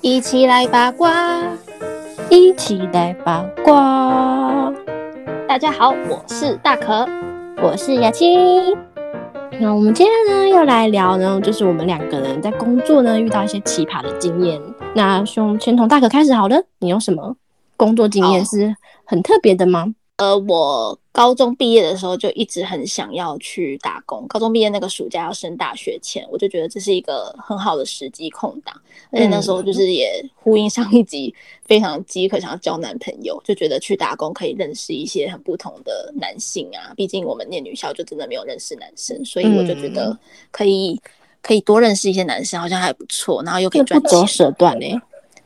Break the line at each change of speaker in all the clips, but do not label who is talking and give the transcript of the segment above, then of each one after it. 一起来八卦。
一起来八卦。
大家好，我是大可。
我是雅琪。那我们今天呢，要来聊呢，就是我们两个人在工作呢遇到一些奇葩的经验。那从先从大可开始好了，你有什么工作经验
好
是很特别的吗？
呃，我高中毕业的时候就一直很想要去打工。高中毕业那个暑假要升大学前，我就觉得这是一个很好的时机空档。而且那时候就是也呼应上一集，非常饥渴想要交男朋友，就觉得去打工可以认识一些很不同的男性啊。毕竟我们念女校就真的没有认识男生，所以我就觉得可以、可以多认识一些男生，好像还不错，然后又可以
这
赚
不
钱
择。手段嘞、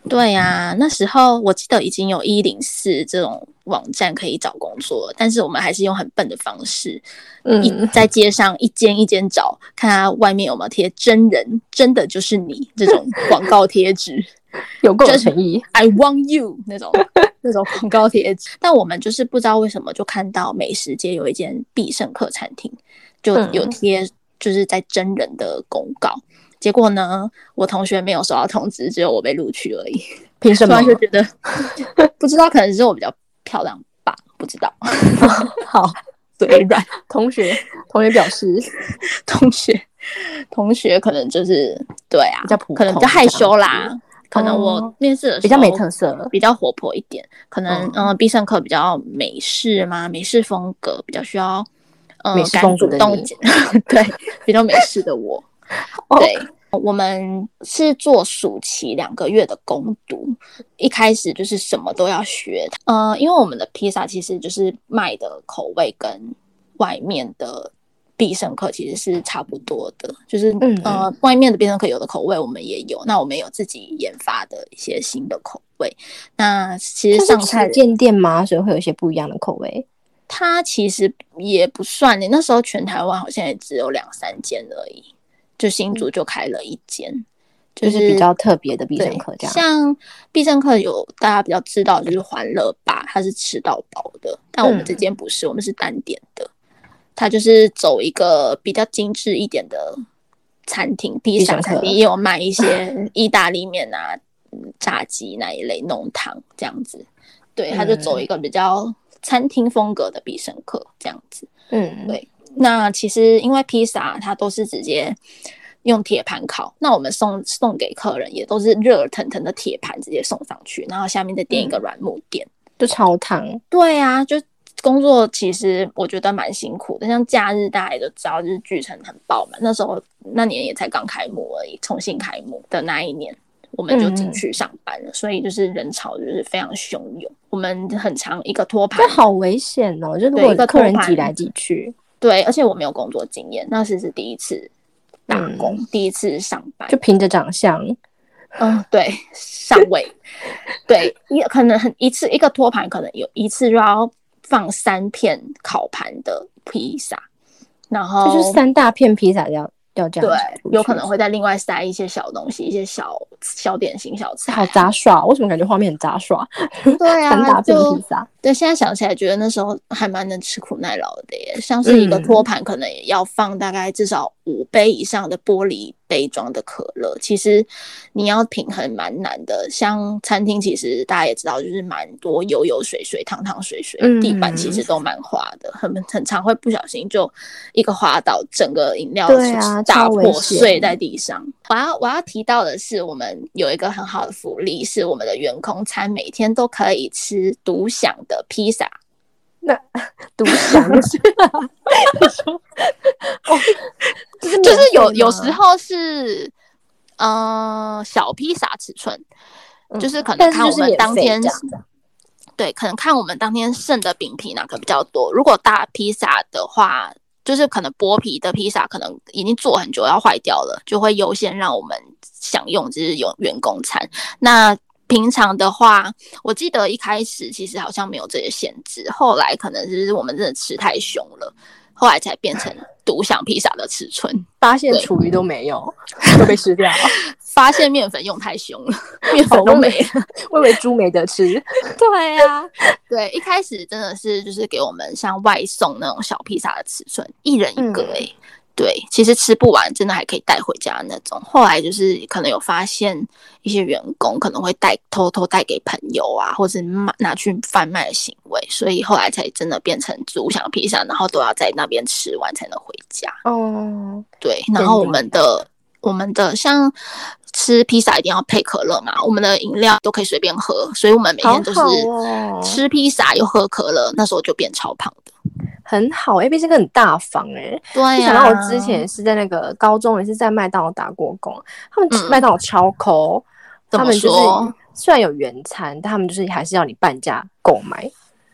对呀、那时候我记得已经有一零四这种网站可以找工作了，但是我们还是用很笨的方式，一
嗯，
在街上一间一间找，看它外面有没有贴真人，真的就是你 这种广告贴纸
有够有
就是
诚意。
，I want you 那种那种广告贴纸。但我们就是不知道为什么就看到美食街有一间必胜客餐厅，就
嗯
有贴就是在真人的公告。结果呢，我同学没有收到通知，只有我被录取而已。
凭什
突
么
然？就觉得 不知道，可能是我比较漂亮吧，不知道。
好，
嘴 软，
同学，同学表示，
同学，同学可能就是对啊，
比较普通
可能比较害羞啦。可能
哦
我面试的时候
比较没特色
比较活泼一点。可能
嗯
嗯、呃必胜客比较美式嘛，美式风格比较需要嗯、
美
呃
式、
敢
风格
主
的
动
你
一点， 对，比较美式的我。
哦
对，我们是做暑期两个月的攻读，一开始就是什么都要学。呃，因为我们的披萨其实就是卖的口味跟外面的必胜客其实是差不多的，就是、
嗯
呃，外面的必胜客有的口味我们也有，那我们也有自己研发的一些新的口味。那其
它是
实上菜
旗舰店吗？所以会有一些不一样的口味。
它其实也不算，欸你那时候全台湾好像也只有两三间而已，就新竹就开了一间，
就
嗯就是是
比较特别的必胜
对
客这样，
像必胜客有大家比较知道就是欢乐吧，它是吃到饱的，但我们
嗯
这间不是，我们是单点的，它就是走一个比较精致一点的餐厅，披
必胜客
萨餐厅也有卖一些意大利面啊、嗯炸鸡那一类浓汤这样子，对，它就
嗯
走一个比较餐厅风格的必胜客这样子。
嗯，
对那其实因为披萨它都是直接用铁盘烤，那我们送送给客人也都是热腾腾的铁盘直接送上去，然后下面再垫一个软木垫。
就超糖，
对啊，就工作其实我觉得蛮辛苦的，像假日大家也都知道，就是巨城很爆满，那时候那年也才刚开幕而已，重新开幕的那一年。我们就进去上班了，所以就是人潮就是非常汹涌。我们很长一个托盘
但，好危险哦！就如
对
果
一个
客人
托盘
挤来挤去，
对，而且我没有工作经验，那是是第一次打工，第一次上班，
嗯就凭着长相，
嗯，对，上位，对，一可能很一次一个托盘，可能有一次就要放三片烤盘的披萨，然后
就是三大片披萨要要这样
哦对
子出，去，
有可能会再另外塞一些小东西，一些小小点心、小菜，
好杂耍。哦为什么感觉画面很杂耍？
对
三大
啊，
片
就
披萨，
对，现在想起来觉得那时候还蛮能吃苦耐劳的耶，像是一个托盘，可能也要放大概至少五杯以上的玻璃杯装的可乐，其实你要平衡蛮难的。像餐厅其实大家也知道，就是蛮多油油水水、汤汤水水，
嗯
地板其实都蛮滑的，很很常会不小心就一个滑倒，整个饮料
对啊
打
超危
破
险
碎在地上。我要我要提到的是，我们有一个很好的福利，是我们的员工餐每天都可以吃独享的披萨。
独享的 是，哦，就是
就是有
免费吗
有时，候是，呃，小披萨尺寸，
嗯
就是可能
但是
看
就
我
是
们
免
当
费
天
这样子
对，可能看我们当天剩的饼皮哪个比较多。如果大披萨的话，就是可能剥皮的披萨可能已经做很久要坏掉了，就会优先让我们享用，就是有员工餐。那平常的话，我记得一开始其实好像没有这些限制，后来可能就是我们真的吃太凶了，后来才变成独享披萨的尺寸。
发现
对
厨余都没有，都被吃 掉，
发现面粉用太凶了， 面粉
都
都
没
没了。
我以为猪没得吃，
对啊，对，一开始真的是就是给我们像外送那种小披萨的尺寸，一人一个
嗯
哎、对，其实吃不完，真的还可以带回家那种。后来就是可能有发现一些员工可能会带偷偷带给朋友啊，或者拿拿去贩卖的行为，所以后来才真的变成主想披萨，然后都要在那边吃完才能回家。
哦，
对，然后我们的我们的像吃披萨一定要配可乐嘛，我们的饮料都可以随便喝，所以我们每
好
天都是
好哦，
吃披萨又喝可乐，那时候就变超胖的。
很好哎，毕竟很大方哎、
对啊
就
呀、
想到我之前也是在那个高中，也是在麦当劳打过工，他们
嗯
麦当劳超抠，
怎
他
么
们就是
说？
虽然有原餐，但他们就是还是要你半价购买。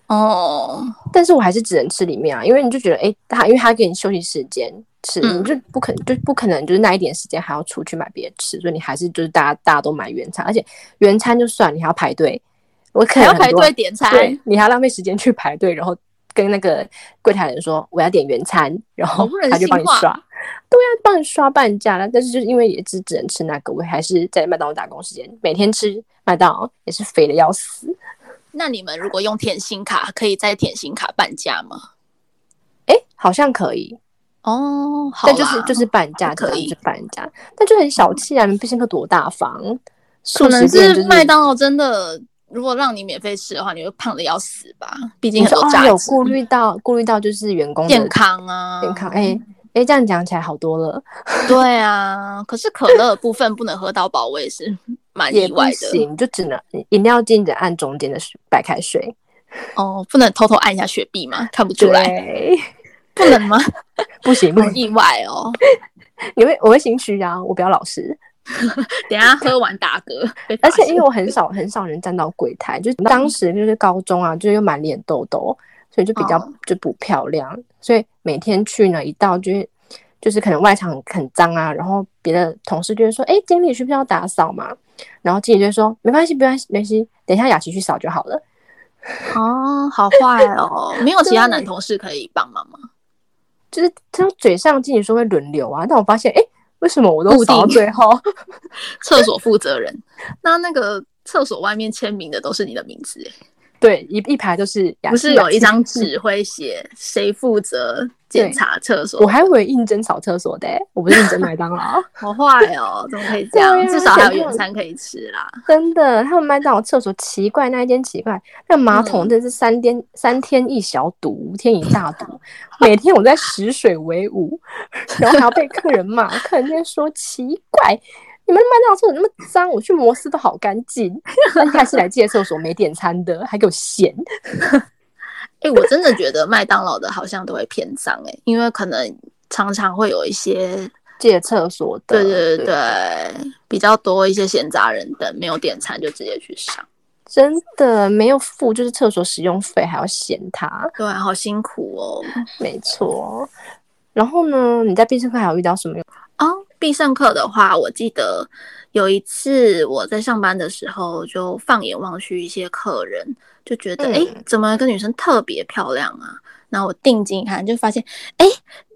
哦，
但是我还是只能吃里面啊，因为你就觉得，哎、他因为他给你休息时间吃，
嗯
你就不可就不可能就是那一点时间还要出去买别的吃，所以你还是就是大家大家都买原餐，而且原餐就算你还要排队，我可
还
能
要
很
排
多
队点餐。
对，你还要浪费时间去排队，然后跟那个柜台人说我要点原餐，然后
好不人
哦他就帮你
性化
刷，对啊，帮你刷半价了。但是就是因为也只只能吃那个，我还是在麦当劳打工时间，每天吃麦当劳也是肥的要死。
那你们如果用甜心卡，可以在甜心卡半价吗？
哎，好像可以，
哦，好啦，
但就是就是半价，
可以
就是半价，但就很小气啊！你们必胜客多大方，
可
素
能
食店就是
麦当劳真的，如果让你免费吃的话，你会胖的要死吧？毕竟
你
很
说
多
哦，
炸
有
鸡
顾虑到顾虑到就是员工的
健康啊，
健康，哎哎，这样讲起来好多了，
对啊。可是可乐的部分不能喝到饱，我也是蛮
也
意
不
外的
行，就只能饮料禁止按中间的水白开水，
哦。不能偷偷按一下雪碧 吗？看不出来，
对，
不能 吗？
不行不
好
行，
意外哦。
你会我会心虚啊，我比较老实，
等一下喝完打嗝，被发
而且
现
因为我很少很少人站到柜台，就当时就是高中啊，就是又满脸痘痘，所以就比较
哦
就不漂亮，所以每天去呢一到就是就是可能外场很很脏啊，然后别的同事就会说，哎、经理需不需要打扫嘛？然后经理就会说，没关系，没关系，没关系，等一下雅琪去扫就好了。
哦，好坏哦，没有其他男同事可以帮忙吗？
就是他嘴上经理说会轮流啊，但我发现，哎、为什么我都
固定
扫到最后？
厕所负责人，那那个厕所外面签名的都是你的名字耶，
对，一一排都是雅
不是
雅琪
有一张纸会写谁负责检查厕所
我？还以为应征扫厕所的、我不是应征麦当劳。
好坏哦，怎么可以这样？
对啊
至少还有原餐可以吃啦。
真的，他们麦当劳厕所奇怪，那一间奇怪，那马
嗯
桶真是三天、三天一小堵，五天一大堵，每天我在食水为伍，然后还要被客人骂，客人就会说奇怪，你们麦当劳厕所那么脏，我去摩斯都好干净， 但一开始来借厕所没点餐的，还给我嫌，
哎、我真的觉得麦当劳的好像都会偏脏哎、因为可能常常会有一些，
借厕所的，
对对对对，比较多一些闲杂人等，没有点餐就直接去上，
真的没有付就是厕所使用费，还要嫌他，
对啊，好辛苦哦。
没错。然后呢，你在必胜客还有遇到什么？
哦，必胜客的话，我记得有一次我在上班的时候，就放眼望去，一些客人就觉得，
嗯
哎、怎么一个女生特别漂亮啊？然后我定睛一看，就发现，哎、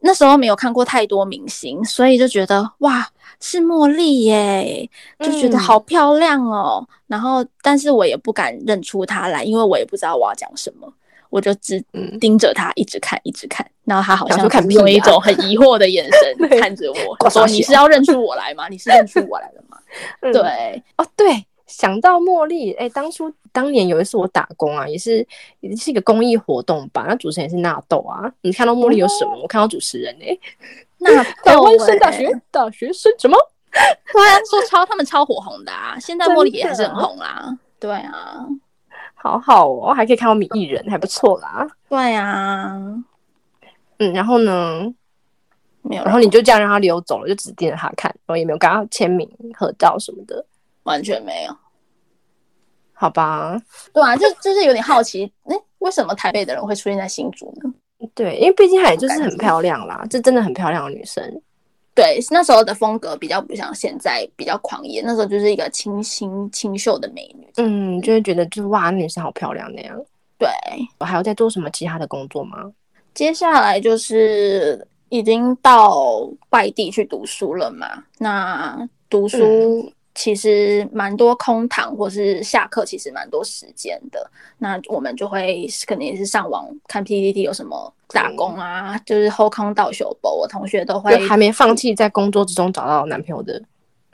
那时候没有看过太多明星，所以就觉得，哇，是茉莉耶，就觉得
嗯
好漂亮哦。然后，但是我也不敢认出她来，因为我也不知道我要讲什么。我就只
嗯
盯着她一直看，一直看，然后她好
想
像
说看
就是用
屁
一
啊
种很疑惑的眼 神
对
看着我，
瓜
我
傻
说你是
小
要认出我 来吗？你是认出我来的吗？
嗯
对，
哦，对，想到茉莉，哎，当初当年有一次我打工啊，也是也是一个公益活动吧，那主持人也是纳豆啊。你看到茉莉有什么？我看到主持人哎、
那
台湾
豆
生大
哦欸
学，大学生什么？
对啊，说超他们超火红的啊，现在茉莉
真
也还是
的
很红啦。对啊，
好好哦，还可以看到米艺人，还不错啦。
对啊，
嗯，然后呢，
没有
然
人，
后你就这样让他溜走了，就只盯着他看，然后也没有跟他签名、合照什么的，
完全没有。
好吧？
对啊，就就是有点好奇，哎、为什么台北的人会出现在新竹呢？
对，因为毕竟她也就是
感
很
觉
漂亮啦，这真的很漂亮的女生。
对，那时候的风格比较不像现在比较狂野，那时候就是一个清新清秀的美女。
嗯，就会觉得就是哇，那女生好漂亮那样。
对，
还有在做什么其他的工作吗？
接下来就是
嗯
已经到外地去读书了嘛，那读书其实蛮多空堂或是下课，其实蛮多时间的。那我们就会肯定也是上网看 PPT 有什么打工啊，就是后空到修博，我同学都会
就。还没放弃在工作之中找到男朋友的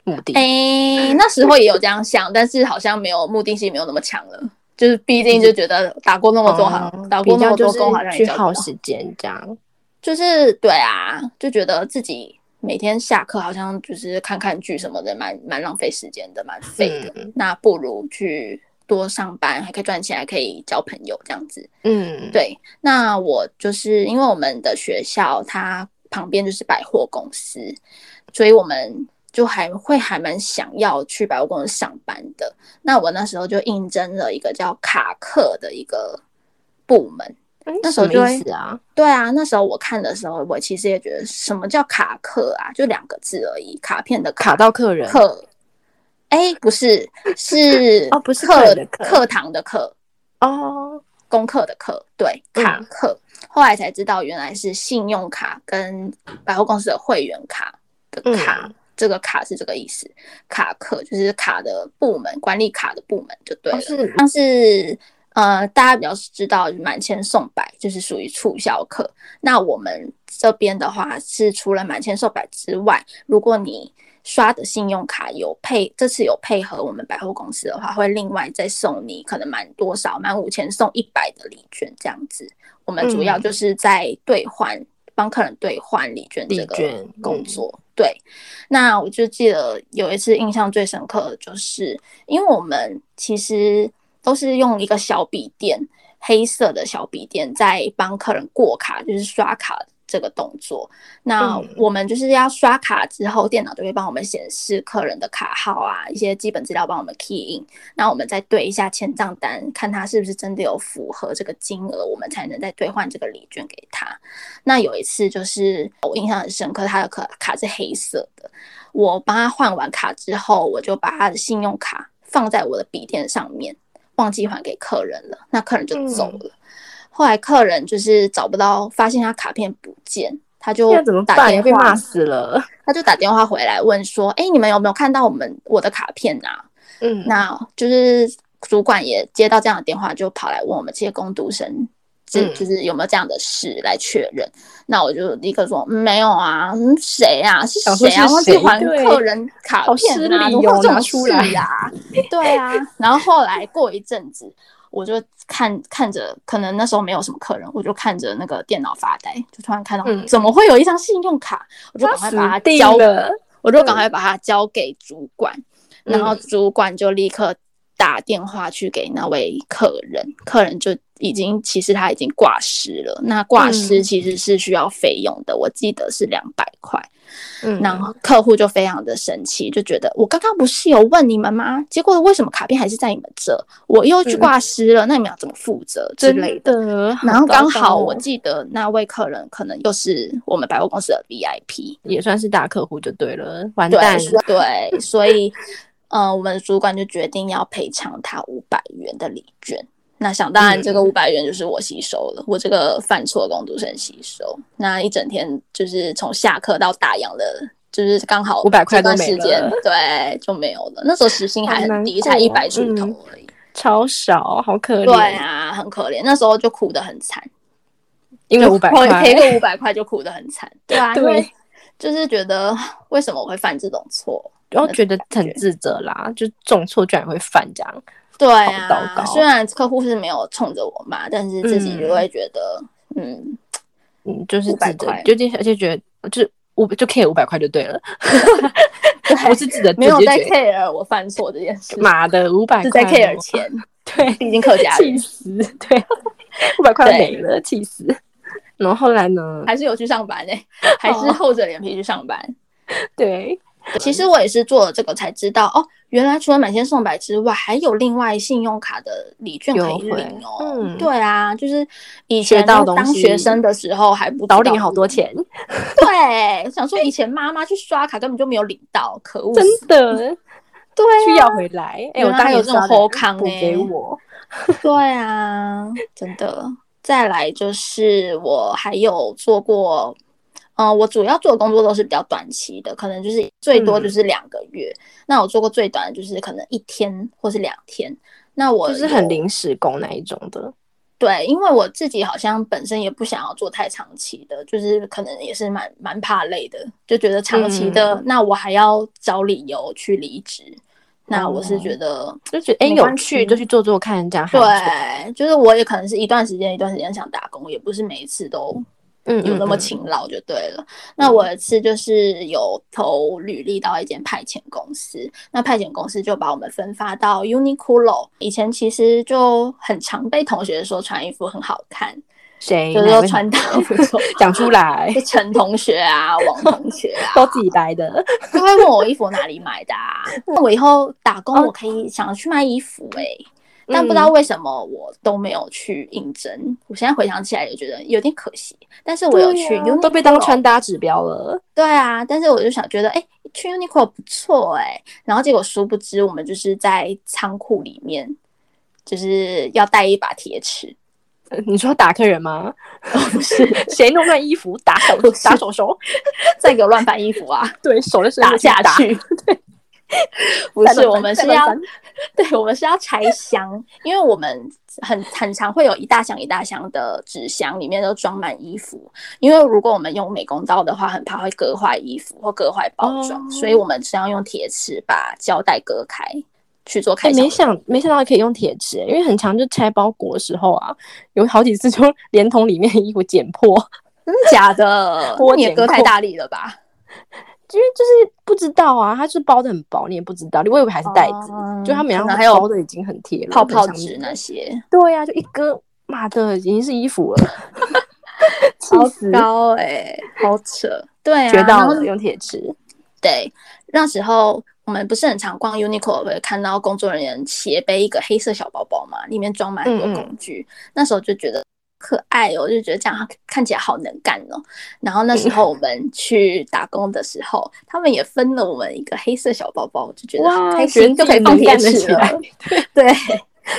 目的。
哎诶，那时候也有这样想，但是好像没有目的性没有那么强了。就是毕竟就觉得打过那么多行，
哦
打
比
过那
较
么
就
多
是
工，好像也
去
交不
耗
到
时间这样。
就是对啊，就觉得自己每天下课好像就是看看剧什么的，蛮蛮浪费时间的，蛮废的。那不如去多上班，还可以赚钱，还可以交朋友这样子。
嗯，
对，那我就是因为我们的学校它旁边就是百货公司，所以我们就还会还蛮想要去百货公司上班的。那我那时候就应征了一个叫卡克的一个部门。
嗯
那时候
什么
就
意
会
思啊？
对啊，那时候我看的时候，我其实也觉得什么叫卡克啊，就两个字而已，卡片的
卡到客人，
课，哎、不是，是
哦不是客
课
人的课
课堂的课，
哦，
功课的课，对，
嗯
卡课。后来才知道原来是信用卡跟百货公司的会员卡的卡，
嗯
这个卡是这个意思，卡课就是卡的部门管理卡的部门就对了。
哦是
像是呃，大家比较知道满千送百就是属于促销课。那我们这边的话是除了满千送百之外，如果你刷的信用卡有配这次有配合我们百货公司的话，会另外再送你可能满多少满五千送一百的礼券这样子。我们主要
嗯
就是在兑换、帮客人兑换礼券这
礼
个
券
工
嗯
作。对，那我就记得有一次印象最深刻的就是，因为我们其实都是用一个小笔电，黑色的小笔电在帮客人过卡，就是刷卡这个动作。那
嗯
我们就是要刷卡之后，电脑就会帮我们显示客人的卡号啊，一些基本资料帮我们 key in。那我们再对一下签账单，看他是不是真的有符合这个金额，我们才能再兑换这个礼券给他。那有一次就是我印象很深刻，他的卡卡是黑色的，我帮他换完卡之后，我就把他的信用卡放在我的笔电上面，忘记还给客人了，那客人就走
嗯
了。后来客人就是找不到，发现他卡片不见，他就
要怎么
打
办？
电
要被
话
骂，死了。
他就打电话回来问说：“哎、你们有没有看到我们我的卡片啊？”
嗯，
那就是主管也接到这样的电话，就跑来问我们这些工读生，这
嗯
就是有没有这样的事来确认。那我就立刻说、嗯没有啊，嗯谁啊？是
想说
谁啊？
是
忘记
谁
还
对
客人卡
好
片
失
啊？
礼
怎么会
哦
有这种
拿出来
事啊？ 对啊。然后后来过一阵子。我就看看着，可能那时候没有什么客人，我就看着那个电脑发呆，就突然看到、
嗯
怎么会有一张信用卡，我就赶快
死
把它
定
交
了。
我就赶快把它交给主管，
嗯
然后主管就立刻打电话去给那位客人，客人就已经其实他已经挂失了，那挂失
嗯
其实是需要费用的，我记得是两百块，
嗯
然后客户就非常的生气，就觉得我刚刚不是有问你们吗？结果为什么卡片还是在你们这？我又去
嗯
挂失了，那你们要怎么负责之
真
类的？
的，
然后
糟
刚
糕
好我
哦
记得那位客人可能又是我们百货公司的 VIP，
也算是大客户就对了，完蛋
对，所对，所以，呃，我们的主管就决定要赔偿他五百元的礼券。那想当然，
嗯
这个五百元就是我吸收了，我这个犯错的工读生吸收。那一整天就是从下课到打烊的，就是刚好
500块
这段
都没
时间
了，
对，就没有了。那时候时薪还
好难
很低，
过
才一百出
嗯
头而已。
超少，好可怜。
对啊，很可怜，那时候就哭得很惨。
因为五百块，
赔个五百块就哭得很惨。对啊，因
对
为就是觉得 为什么我会犯这种错？
然后觉得很自责啦，就重错居然会犯这样。
对
好糟
啊，
糕
虽然客户是没有冲着我骂，但是自己就会觉得，嗯，
嗯，就是
500
自责
块，
就而且觉得就是五就 K 五百块就对了，不是自责，
没有
直接
在
觉得
care 我犯错这件事，
妈的五百
是
块
在
哦
care 钱，
对，
毕竟客家
气
人
死，对，五百块
对
没了，气死。啊然后后来呢？
还是有去上班 呢、
哦
还是厚着脸皮去上班。
对，
其实我也是做了这个才知道，哦，原来除了满千送百之外，还有另外信用卡的礼券可以
优惠
领哦。
嗯
对啊，就是以
学
前
到
就
东
当
西
学生的时候还不知
少
道
领好多钱，
对，想说以前妈妈去刷卡根本就没有领到，可恶死
真
了！
的
对
去
啊，
要回来。哎，
原
我
来
当
还有
年
这种
刷的
后康
补
欸
给我。
对啊，真的。再来就是我还有做过，呃，我主要做的工作都是比较短期的，可能就是最多就是两个月。那我做过最短的就是可能一天或是两天。那我
就是
有
很临时工那一种的。
对，因为我自己好像本身也不想要做太长期的，就是可能也是蛮蛮怕累的，就觉得长期的，
嗯
那我还要找理由去离职。那我是
哦
觉得，
就觉得哎、
没
有
关
趣
系
就去做做看，这样还不错
对，就是我也可能是一段时间一段时间想打工，也不是每一次都
嗯
有那么勤劳就对了。那我有一次就是有投履历到一间派遣公司，那派遣公司就把我们分发到 Uniqlo。以前其实就很常被同学说穿衣服很好看，
谁
就是
哎哪
说
位
穿搭不错。
讲出来
就陈同学啊，王同学啊，
都自己来的，
就会问我衣服哪里买的啊。那我以后打工，
哦
我可以想要去卖衣服哎、 但不
嗯
知道为什么我都没有去应征。我现在回想起来也觉得有点可惜，但是我有去
对啊
Uniqlo，
都被当穿搭指标了。
对啊，但是我就想觉得，哎、去 Uniqlo 不错哎、然后结果殊不知我们就是在仓库里面，就是要带一把铁尺，
呃你说打客人吗？
哦不是
谁弄乱衣服 打手
是
打手 手？
再给我乱翻衣 服啊，
对手的身
打下
打，
去。不
再
是，
乱
我
翻
们
再
是
乱
要
翻
对，我们是要拆箱，因为我们很很常会有一大箱一大箱的纸箱，里面都装满衣服。因为如果我们用美工刀的话，很怕会割坏衣服或割坏包装，
哦
所以我们是要用铁尺把胶带割开去做
哎、
开箱。
没想没想到可以用铁尺、因为很常就拆包裹的时候啊，有好几次就 连同里面的衣服剪破，
真的假 的？
我
那你也
剪
割太
过
大力了吧？
因为就是不知道啊，它是包的很薄，你也不知道，我以为还是袋子，
嗯
哦就他们
可
然
能
后
还有
包的已经很贴了，
泡泡
很上
纸
面
那些，
对啊呀、就一割，妈的，已经是衣服了， 气
好
死，
高哎、好扯。对啊，
学到
然后
了用铁尺，
对，那时候我们不是很常逛 Uniqlo，会看到工作人员斜背一个黑色小包包嘛，里面装满很多
嗯嗯
工具。那时候就觉得可爱哦，就觉得这样看起来好能干哦。然后那
嗯
时候我们去打工的时候，他们也分了我们一个黑色小包包，就觉得好开
觉得
心，就可以
自己
放
能
贴
干得
纸
起来
了。对，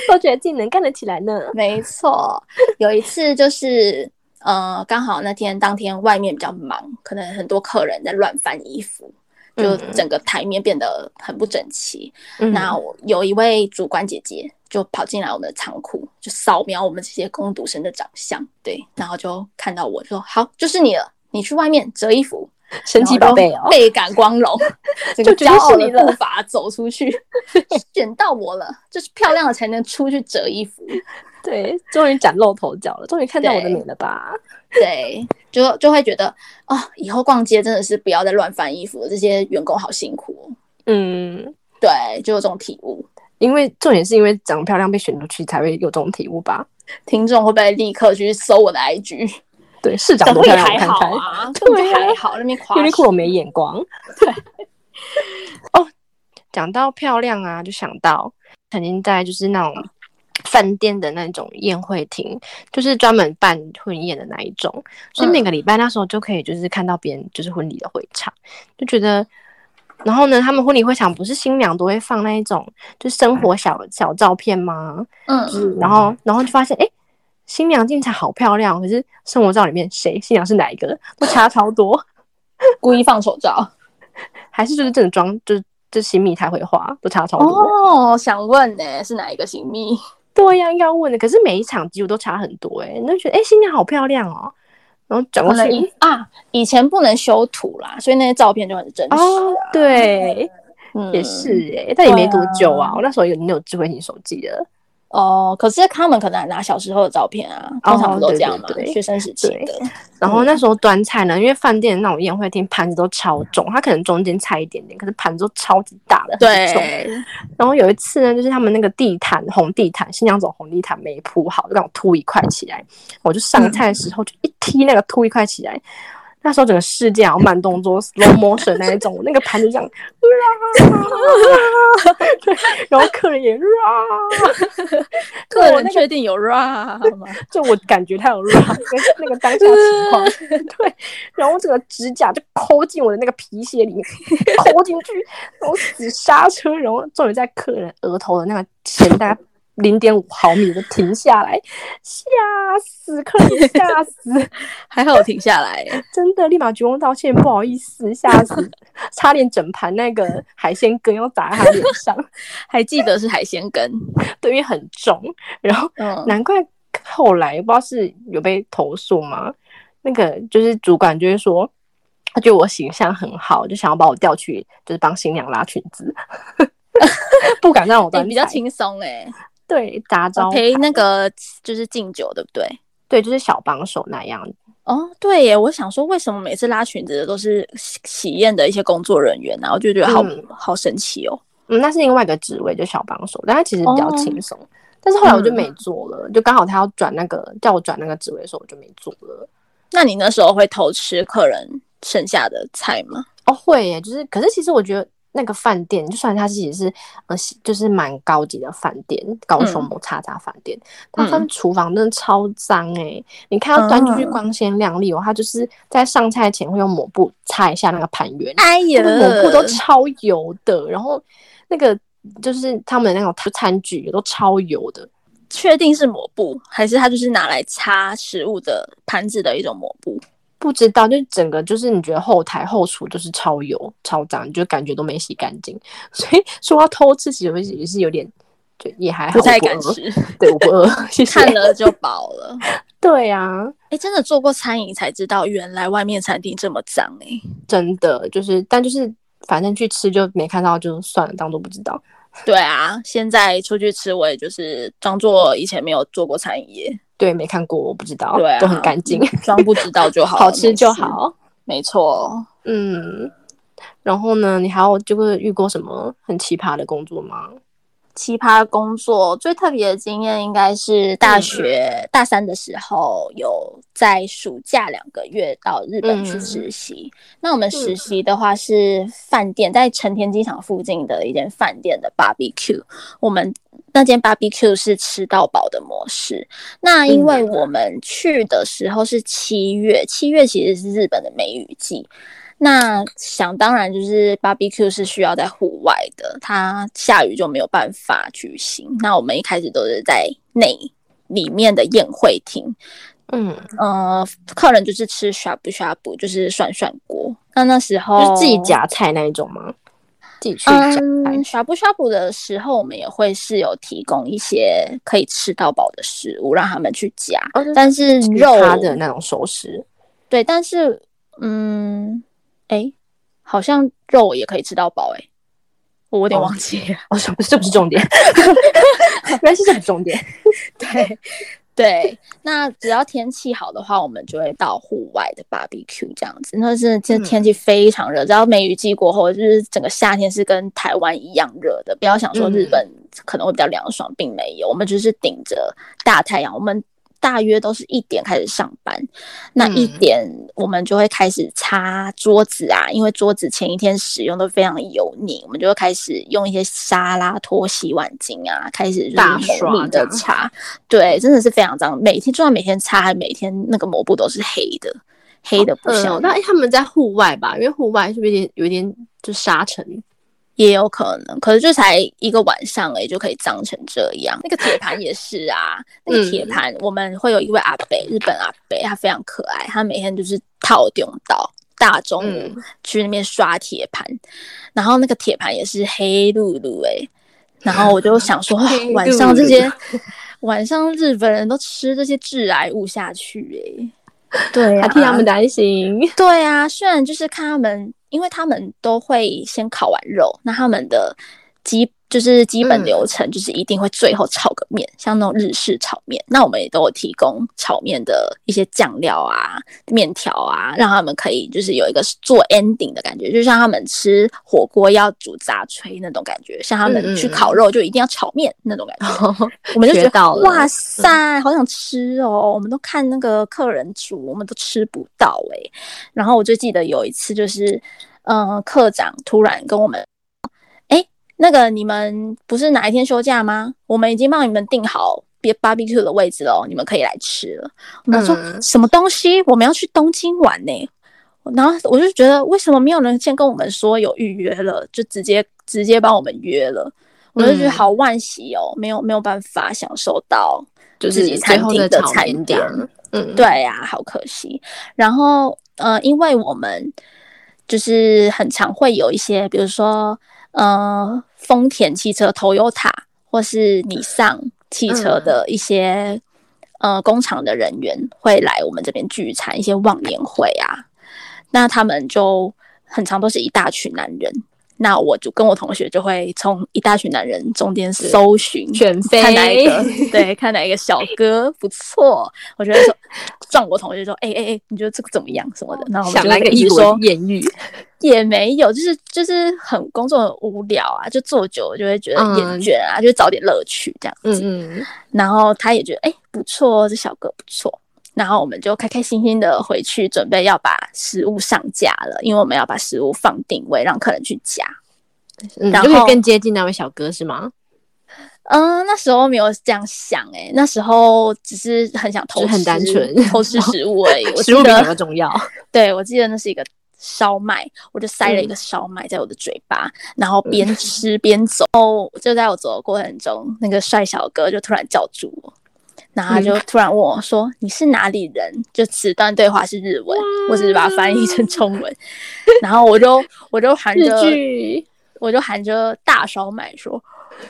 都觉得自己能干得起来呢。
没错，有一次就是，呃，刚好那天当天外面比较忙，可能很多客人在乱翻衣服，就
嗯
整个台面变得很不整齐。
嗯
那我有一位主管姐姐就跑进来我们的仓库，就扫描我们这些工读生的长相，对，然后就看到我就说：“好，就是你了，你去外面折衣服。”
神奇宝贝哦，
倍感光荣， 这
就
个
觉
骄
得
傲
是
的
你了
步伐走出去，选到我了，就是漂亮的才能出去折衣服。
对，终于崭露头角了，终于看到我的
对
美了吧？
对，就就会觉得哦，以后逛街真的是不要再乱翻衣服了，这些员工好辛苦、哦。
嗯，
对，就有这种体悟。
因为重点是因为长得漂亮被选出去才会有这种体悟吧？
听众会不会立刻去搜我的 IG？
对，市长
长
多
得也
漂亮，我
还
看
好
看。
啊，根本就还好，那边夸
优衣
饰
库我没眼 光。对，哦，讲到漂亮啊，就想到曾经在就是那种饭店的那种宴会厅，就是专门办婚宴的那一种，所以
嗯
每个礼拜那时候就可以就是看到别人就是婚礼的会场，就觉得。然后呢，他们婚礼会场不是新娘都会放那一种，就生活小小照片吗？
嗯，
然后，然后就发现，哎，新娘进场好漂亮，可是生活照里面谁新娘是哪一个，都差超多。
故意放手照。
还是就是正装，就是就新密才会画，都差超多。
哦，想问呢、是哪一个新密？
对啊呀、应该问的。可是每一场几乎都差很多哎、欸，你就觉得哎、欸新娘好漂亮哦，然后转
可
过
能
去
以啊，以前不能修图啦，所以那些照片就很真实。
哦，对，
嗯
也是哎、但也没多久
对
啊
啊。
我那时候有你有智慧型手机了，
哦，可是他们可能还拿小时候的照片啊，通常不都这样嘛
哦对对，对
学生时期的。
然
嗯
后那时候端菜呢，因为饭店那种宴会厅盘子都超重，它可能中间菜一点点，可是盘子都超级大的，很重。
对，
然后有一次呢，就是他们那个地毯红地毯，新娘走红地毯没铺好，就让我凸一块起来。我就上菜的时候就一踢那个凸一块起来，那时候整个世界好像慢动作 slow motion 那一种，我那个盘就这样， 啊对，然后客人也啊，
客人确定有 ra 吗？
就我感觉他有 r 那个当下情况， 对，然后这个指甲就抠进我的那个皮鞋里面，抠进去，然后死刹车，然后重点在客人额头的那个前大概零点五毫米就停下来，吓死客人，吓死！
还好我停下来耶，
真的立马鞠躬道歉，不好意思，吓死，差点整盘那个海鲜羹要砸在他脸上，
还记得是海鲜羹。
对，因为很重。然后
嗯，
难怪后来不知道是有被投诉吗？那个就是主管就会说，他觉得我形象很好，就想要把我调去，就是帮新娘拉裙 子，不敢让我
你、
端
比较
菜
轻松哎，
对打招牌，
陪那个就是敬酒对不对？
对，就是小帮手那样。
哦，对耶，我想说，为什么每次拉裙子的都是喜喜宴的一些工作人员啊？我就觉得好、
嗯
好神奇哦。
嗯，那是另外一个职位，就小帮手，但他其实比较
哦
轻松。但是后来我就
嗯
没做了，就刚好他要转那个叫我转那个职位的时候，我就没做了。
那你那时候会偷吃客人剩下的菜吗？
哦，会耶，就是可是其实我觉得那个饭店，就算它其实是呃是就是蛮高级的饭店，高雄
嗯
某叉叉饭店，它
嗯
它的厨房真的超脏哎，你看它端出去
啊
光鲜亮丽哦，它就是在上菜前会用抹布擦一下那个盘源，
哎呀
那个抹布都超油的，然后那个就是他们的那种餐餐具也都超油的。
确定是抹布，还是它就是拿来擦食物的盘子的一种抹布？
不知道，就整个就是你觉得后台后厨就是超油超脏，你就感觉都没洗干净， 所以说要偷吃，其实也是有点，就也还好，
不太
我
敢
饿
吃，
对，我不饿，谢谢。
看了就饱了。
对啊，
哎，真的做过餐饮才知道，原来外面餐厅这么脏哎、
真的就是，但就是反正去吃就没看到，就算了，当做不知道。
对啊，现在出去吃，我也就是装作以前没有做过餐饮业，
对，没看过，我不知道，
对啊
都很干净，
装不知道就好 了，
好吃就
没事。
好。
没错，
嗯，然后呢，你还有就是遇过什么很奇葩的工作吗？
奇葩工作最特别的经验应该是大学、
嗯
大三的时候，有在暑假两个月到日本去实习。
嗯
那我们实习的话是饭店，在成田机场附近的一间饭店的 barbecue，我们那间 barbecue 是吃到饱的模式。那因为我们去的时候是七月，七月其实是日本的梅雨季。那想当然就是 barbecue 是需要在户外的，它下雨就没有办法举行。那我们一开始都是在内里面的宴会厅，
嗯，
呃，客人就是吃 shabu shabu，就是涮涮锅。那那时候
就是自己夹菜那一种吗？自己去夹菜。
哦嗯，刷不刷补的时候，我们也会是有提供一些可以吃到饱的食物让他们去夹，
哦就是
但是
其
肉
他的那种熟食，
对，但是嗯，哎、好像肉也可以吃到饱，哎，我有点
哦
忘记了。
哦，这不是这不是 重点，原来是这不是重点。
对对，那只要天气好的话，我们就会到户外的 barbecue 这样子。那是这
嗯
天气非常热，只要梅雨季过后，就是整个夏天是跟台湾一样热的。不要想说日
嗯
本可能会比较凉爽，并没有，我们就是顶着大太阳，我们。大约都是一点开始上班，那一
嗯
点我们就会开始擦桌子啊，因为桌子前一天使用都非常油腻，我们就会开始用一些沙拉拖洗碗巾啊，开始就是
大
猛
刷
力
这
的
样
擦，对，真的是非常脏，每天就算每天擦，还每天那个抹布都是黑的，黑的不
嗯
像，，
那他们在户外吧，因为户外是不是有点有点就沙尘？
也有可能，可是就才一个晚上而已，就可以脏成这样。那个铁盘也是 啊，
嗯
那个铁盘我们会有一位阿北，日本阿北，他非常可爱，他每天就是套用到大中午
嗯
去那边刷铁盘，然后那个铁盘也是黑噜噜诶、然后我就想说，哇
黑
晚上这
噜噜
些 晚上日本人都吃这些致癌物下去诶、对、啊，
还替他们担心。
对啊，虽然就是看他们，因为他们都会先烤完肉，那他们的基就是基本
嗯
流程就是一定会最后炒个面，像那种日式炒面，那我们也都有提供炒面的一些酱料啊、面条啊，让他们可以就是有一个做 ending 的感觉，就像他们吃火锅要煮杂炊那种感觉，像他们
嗯
去
嗯嗯
烤肉就一定要炒面那种感觉。 我们就觉
学
得
到了
哇塞，好想吃哦！我们都看那个客人煮，我们都吃不到哎、然后我就记得有一次，就是嗯、呃课长突然跟我们，哎、那个你们不是哪一天休假吗？我们已经帮你们订好别 barbecue 的位置了哦，你们可以来吃了。我们说、
嗯
什么东西？我们要去东京玩呢、然后我就觉得，为什么没有人先跟我们说有预约了，就直接直接帮我们约了？我就觉得好惋惜哦，没有没有办法享受到
就
自己
是最
餐
后
厅
炒
菜
年碟
单。
儿，嗯，
对啊呀、好可惜。然后，呃，因为我们就是很常会有一些，比如说，呃，丰田汽车、Toyota 或是你上汽车的一些、呃工厂的人员会来我们这边聚餐，一些忘年会啊。那他们就很常都是一大群男人。那我就跟我同学就会从一大群男人中间搜寻，
选妃
看哪 一个，
哎
对，看哪一个小哥不错，我觉得说撞我同学说，哎哎哎，你觉得这个怎么样什么的，然后我们
想
就
来
会
个
一
一
直说
文艳遇，
也没有，就是就是很工作很无聊啊，就坐久了就会觉得
嗯
厌倦啊，就找点乐趣这样
嗯
子。
嗯，
然后他也觉得哎、不错哦，这小哥不错。然后我们就开开心心的回去，准备要把食物上架了，因为我们要把食物放定位，让客人去夹。
嗯
然
就可以
后
更接近那位小哥是吗？
嗯，那时候没有这样想哎、那时候只是很想偷
就
吃，
是很单纯
偷吃食物而已。 我记
食物啊比
得
什么重要？
对，我记得那是一个烧麦，我就塞了
嗯
一个烧麦在我的嘴巴，然后边吃边走。哦，就在我走的过程中，那个帅小哥就突然叫住我，然后
嗯
他就突然问我说：“你是哪里人？”就此段对话是日文，我只是把它翻译成中文。然后我就我就含着
剧
我就含着大烧麦说：“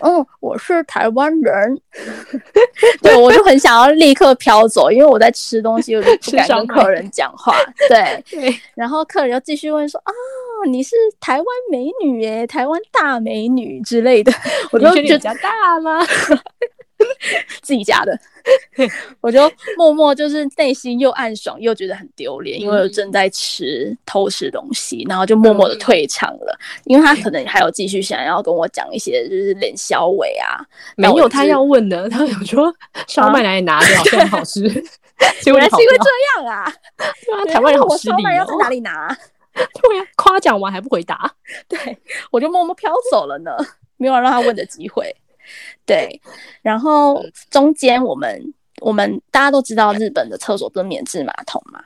嗯，我是台湾人。 对”我就很想要立刻飘走，因为我在吃东西，我就不
吃
敢
烧
跟
麦
客人讲话。对，
对，
然后客人又继续问说：“啊，你是台湾美女耶，台湾大美女之类的。”
我
我就
都
觉
比
得
较大吗？
自己家的， 我就默默就是内心又暗爽，又觉得很丢脸，因为
嗯
我正在吃偷吃东西，然后就默默的退场了，因为他可能还有继续想要跟我讲一些就是脸小伟啊，
没
但我
有，
就
他
是啊
要问的，他有说烧麦哪里拿的，好像很好 吃，结果
原
你
来是
跑
因为
掉，
这样啊，
对啊台湾人好
我
失
烧
礼
麦要在哪
哦，
里拿？
对啊，夸奖完还不回答，
对我就默默飘走了呢，没有让他问的机会。对，然后中间我们我们大家都知道日本的厕所都是免治马桶嘛，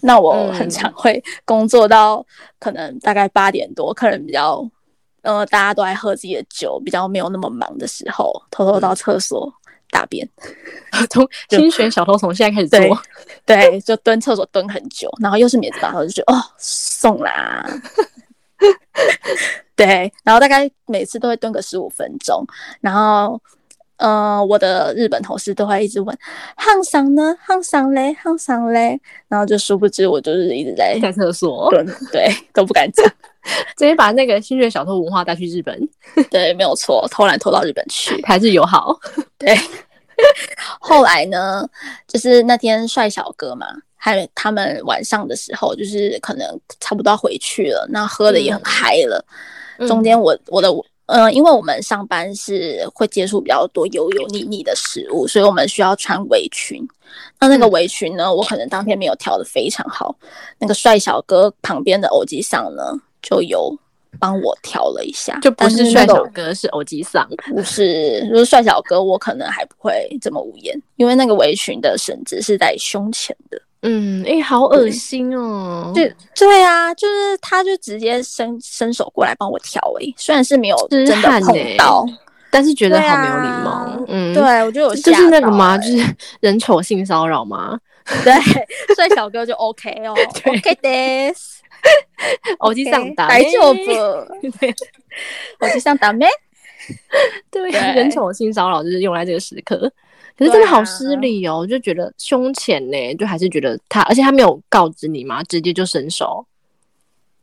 那我
嗯
很常会工作到可能大概八点多，客人比较呃大家都爱喝自己的酒，比较没有那么忙的时候，偷偷到厕所大便。
从
就
新选小偷从现在开始
对
做，
对，就蹲厕所蹲很久，然后又是免治马桶，我就觉得哦送啦。对，然后大概每次都会蹲个十五分钟，然后，呃，我的日本同事都会一直问“汉桑呢？汉桑嘞？汉桑嘞？”然后就殊不知我就是一直在
在厕所，
蹲，对，都不敢讲。
直接把那个新选小偷文化带去日本，
对，没有错，偷懒偷到日本去。
台日友好，
后来呢，就是那天帅小哥嘛，还有他们晚上的时候，就是可能差不多要回去了，那喝的也很嗨了。
嗯
中间我我的嗯、因为我们上班是会接触比较多油油腻腻的食物，所以我们需要穿围裙。那那个
嗯
围裙呢，我可能当天没有调的非常好，那个帅小哥旁边的偶机上呢就有帮我调了一下，
就不
但是
是
那
帅
个
小哥，是欧吉桑，
不是，如果帅小哥，我可能还不会这么无言，因为那个围裙的绳子是在胸前的。
嗯，哎，好恶心哦，
对、对啊，就是他就直接伸伸手过来帮我调诶、虽然是没有真的
痴汉
碰
欸
到，
但是觉得好没有
对
礼
啊
貌，嗯，
对。我就有
就
吓到、欸
是那个吗？就是人丑性骚扰吗？
对，帅小哥就 OK 哦
对
，OK this，
欧吉桑打
来
咩
就不，
对
我就想打妹。
对，
对
人丑性骚扰就是用来这个时刻。可是真的
对
好
啊
失礼哦，就觉得胸前呢、就还是觉得他，而且他没有告知你嘛，直接就伸手。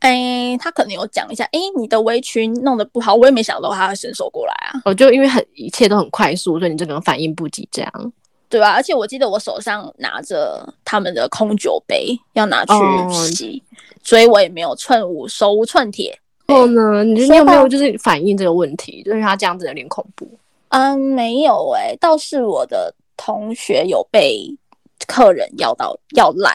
哎，他可能有讲一下，哎，你的围裙弄得不好，我也没想到他会伸手过来啊。
哦，就因为很一切都很快速，所以你这个人反应不及这样。
对啊，而且我记得我手上拿着他们的空酒杯要拿去
哦
洗，所以我也没有寸无手无寸铁。
然后呢，你就
说
你有没
到
有就是反应这个问题？就是他这样子有点恐怖。
嗯，没有诶、倒是我的同学有被客人要到要赖，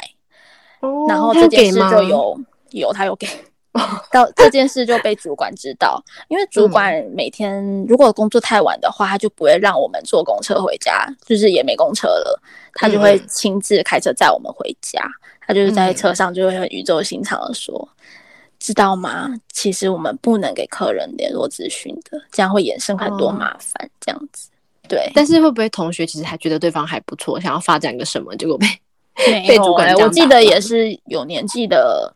哦
然后
他
这
有
件
给
事
吗？哦
就有有他有给。 到这件事就被主管知道，因为
嗯
主管每天如果工作太晚的话，他就不会让我们坐公车回家，就是也没公车了，他就会
嗯
亲自开车载我们回家。他就是在
嗯
车上就会很语重心长的说：“知道吗？其实我们不能给客人联络资讯的，这样会衍生很
哦
多麻烦。这样子，对，
但是会不会同学其实还觉得对方还不错，想要发展个什么，结果被
嗯没
被
有
主管
欸
这样
我记
打
得
断
也是有年纪的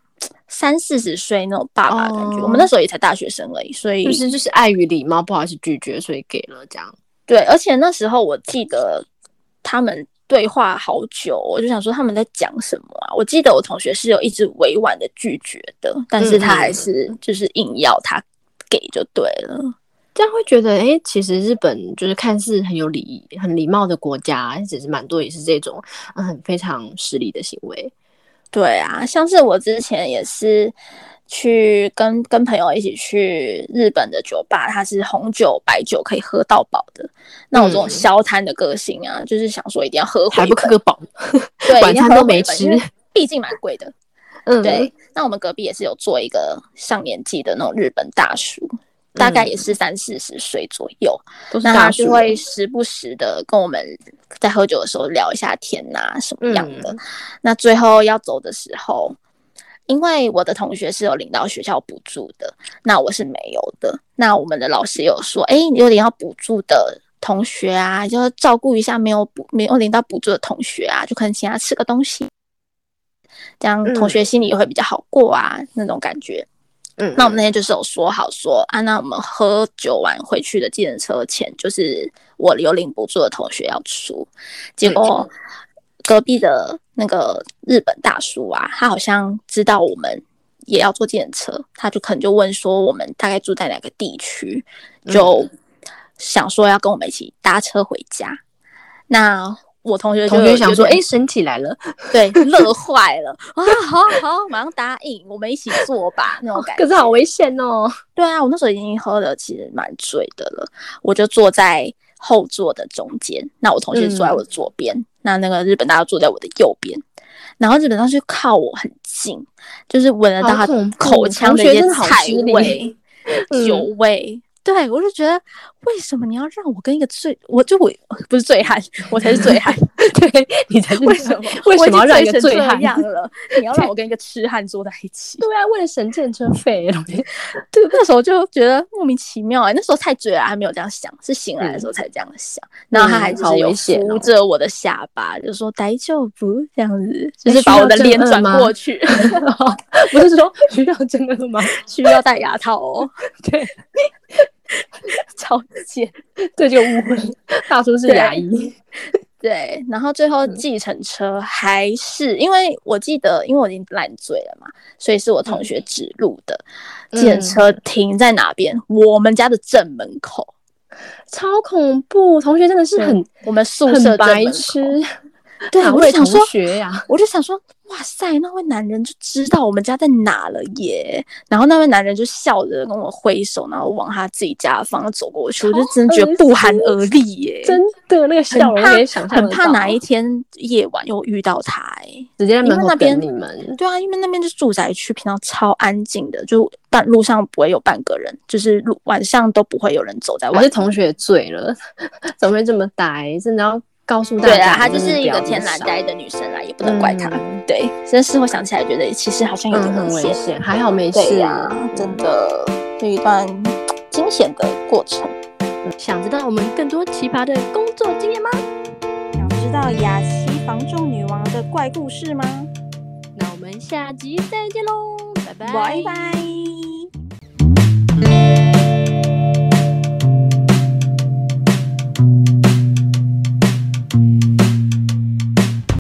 三四十岁那种爸爸的感觉。
哦
我们那时候也才大学生而已，所以、
就是就是碍于礼貌不好意思拒绝，所以给了这样。
对，而且那时候我记得他们对话好久，我就想说他们在讲什么啊？我记得我同学是有一直委婉的拒绝的，但
嗯
是他还是就是硬要他给就对了。
这样会觉得，诶，其实日本就是看似很有礼仪、很礼貌的国家，其实蛮多也是这种嗯很非常失礼的行为。
对啊，像是我之前也是去跟跟朋友一起去日本的酒吧，它是红酒、白酒可以喝到饱的。那我这种
嗯
消贪的个性啊，就是想说一定要喝回
还不
本
磕个饱，
对，
晚
一定要
餐都
喝回
没
本
吃
因为毕竟蛮贵 的。
嗯，
对，，那我们隔壁也是有做一个上年纪的那种日本大叔，大概也
嗯
是三四十岁左右。
都是
那
大
他就
叔。
会时不时的跟我们在喝酒的时候聊一下天呐、什么样
嗯
的。那最后要走的时候，因为我的同学是有领到学校补助的，那我是没有的。那我们的老师有说，哎、你有领到补助的。同学啊，就是照顾一下没有补没有领到补助的同学啊，就可能请他吃个东西，这样
嗯
同学心里也会比较好过啊，那种感觉。
嗯，
那我们那天就是有说好说啊，那我们喝酒完回去的计程车钱，就是我有领补助的同学要出。
嗯
结果隔壁的那个日本大叔啊，他好像知道我们也要坐计程车，他就可能就问说我们大概住在哪个地区，就
嗯
想说要跟我们一起搭车回家。那我同学就
同学想
有
说，哎
点
诶，神起来了，
对，乐坏了 啊！好好，马上答应，我们一起做吧，那种感觉。
可是好危险 哦。
对啊，我那时候已经喝的其实蛮醉的了，我就坐在后座的中间，那我同学
嗯
坐在我的左边，那那个日本大家坐在我的右边，然后日本大就靠我很近，就是闻得到
好
他
恐怖
口腔的一
同学
些
真的好
菜
失礼
味、
嗯
酒味。对，我就觉得为什么你要让我跟一个醉，我就我不是醉汉，我才是醉汉，
对你才是
为什么
为
我
什
已
么要
经
让一
醉
个
成
醉
这
汉？
样了，你要让我跟一个痴汉坐在一起？
对啊，为了省建车费，同学
对，那时候就觉得莫名其妙哎、那时候太醉了，还没有这样想，是醒来的时候才这样想。然后他还就
嗯好
是有
危险哦
扶着我的下巴，就说“呆就不”这样子，
哎
就是
需
把
要
我的
正
脸
颚
转
吗
过去，
不是说需要真的吗？
需要戴牙 套哦，
对，
超贱。
这就误会，大叔是牙医。
对，然后最后
嗯
计程车还是、因为我记得，因为我已经烂醉了嘛，所以是我
嗯
同学指路的。计程车停在哪边？我们家的正门口，
超恐怖！同学真的是很
我们宿舍
很
正
白
门口
痴，啊
对，
哪
我
位
就
同
想说。
学呀？
我就想说，哇塞，那位男人就知道我们家在哪了耶。然后那位男人就笑着跟我挥手，然后往他自己家的方向走过去，我就真的觉得不寒而栗耶。
真的那个笑容
很怕
可以想象
很
得
怕
到
哪一天夜晚又遇到他哎。
直接在门
因为
口
那边
等你们。
对啊，因为那边就是住宅区，平常超安静的，就半路上不会有半个人，就是路晚上都不会有人走在
我
外
是
面。
同学醉了，怎么会这么呆？真的要告诉大
对
家，
啊，她就
真的
是
不
一
要
个
那么
天然
傻，
呆的女生啦，也不能怪她。
嗯
对，真事后想起来，觉得其实好像有
嗯，
点
很
危
危
险。
险，还好没
对
事啊
呀、。真的是一段惊险的过程。
想知道我们更多奇葩的工作经验吗？
想知道雅琪防重女王的怪故事吗？
那我们下集再见喽，拜拜，
拜拜。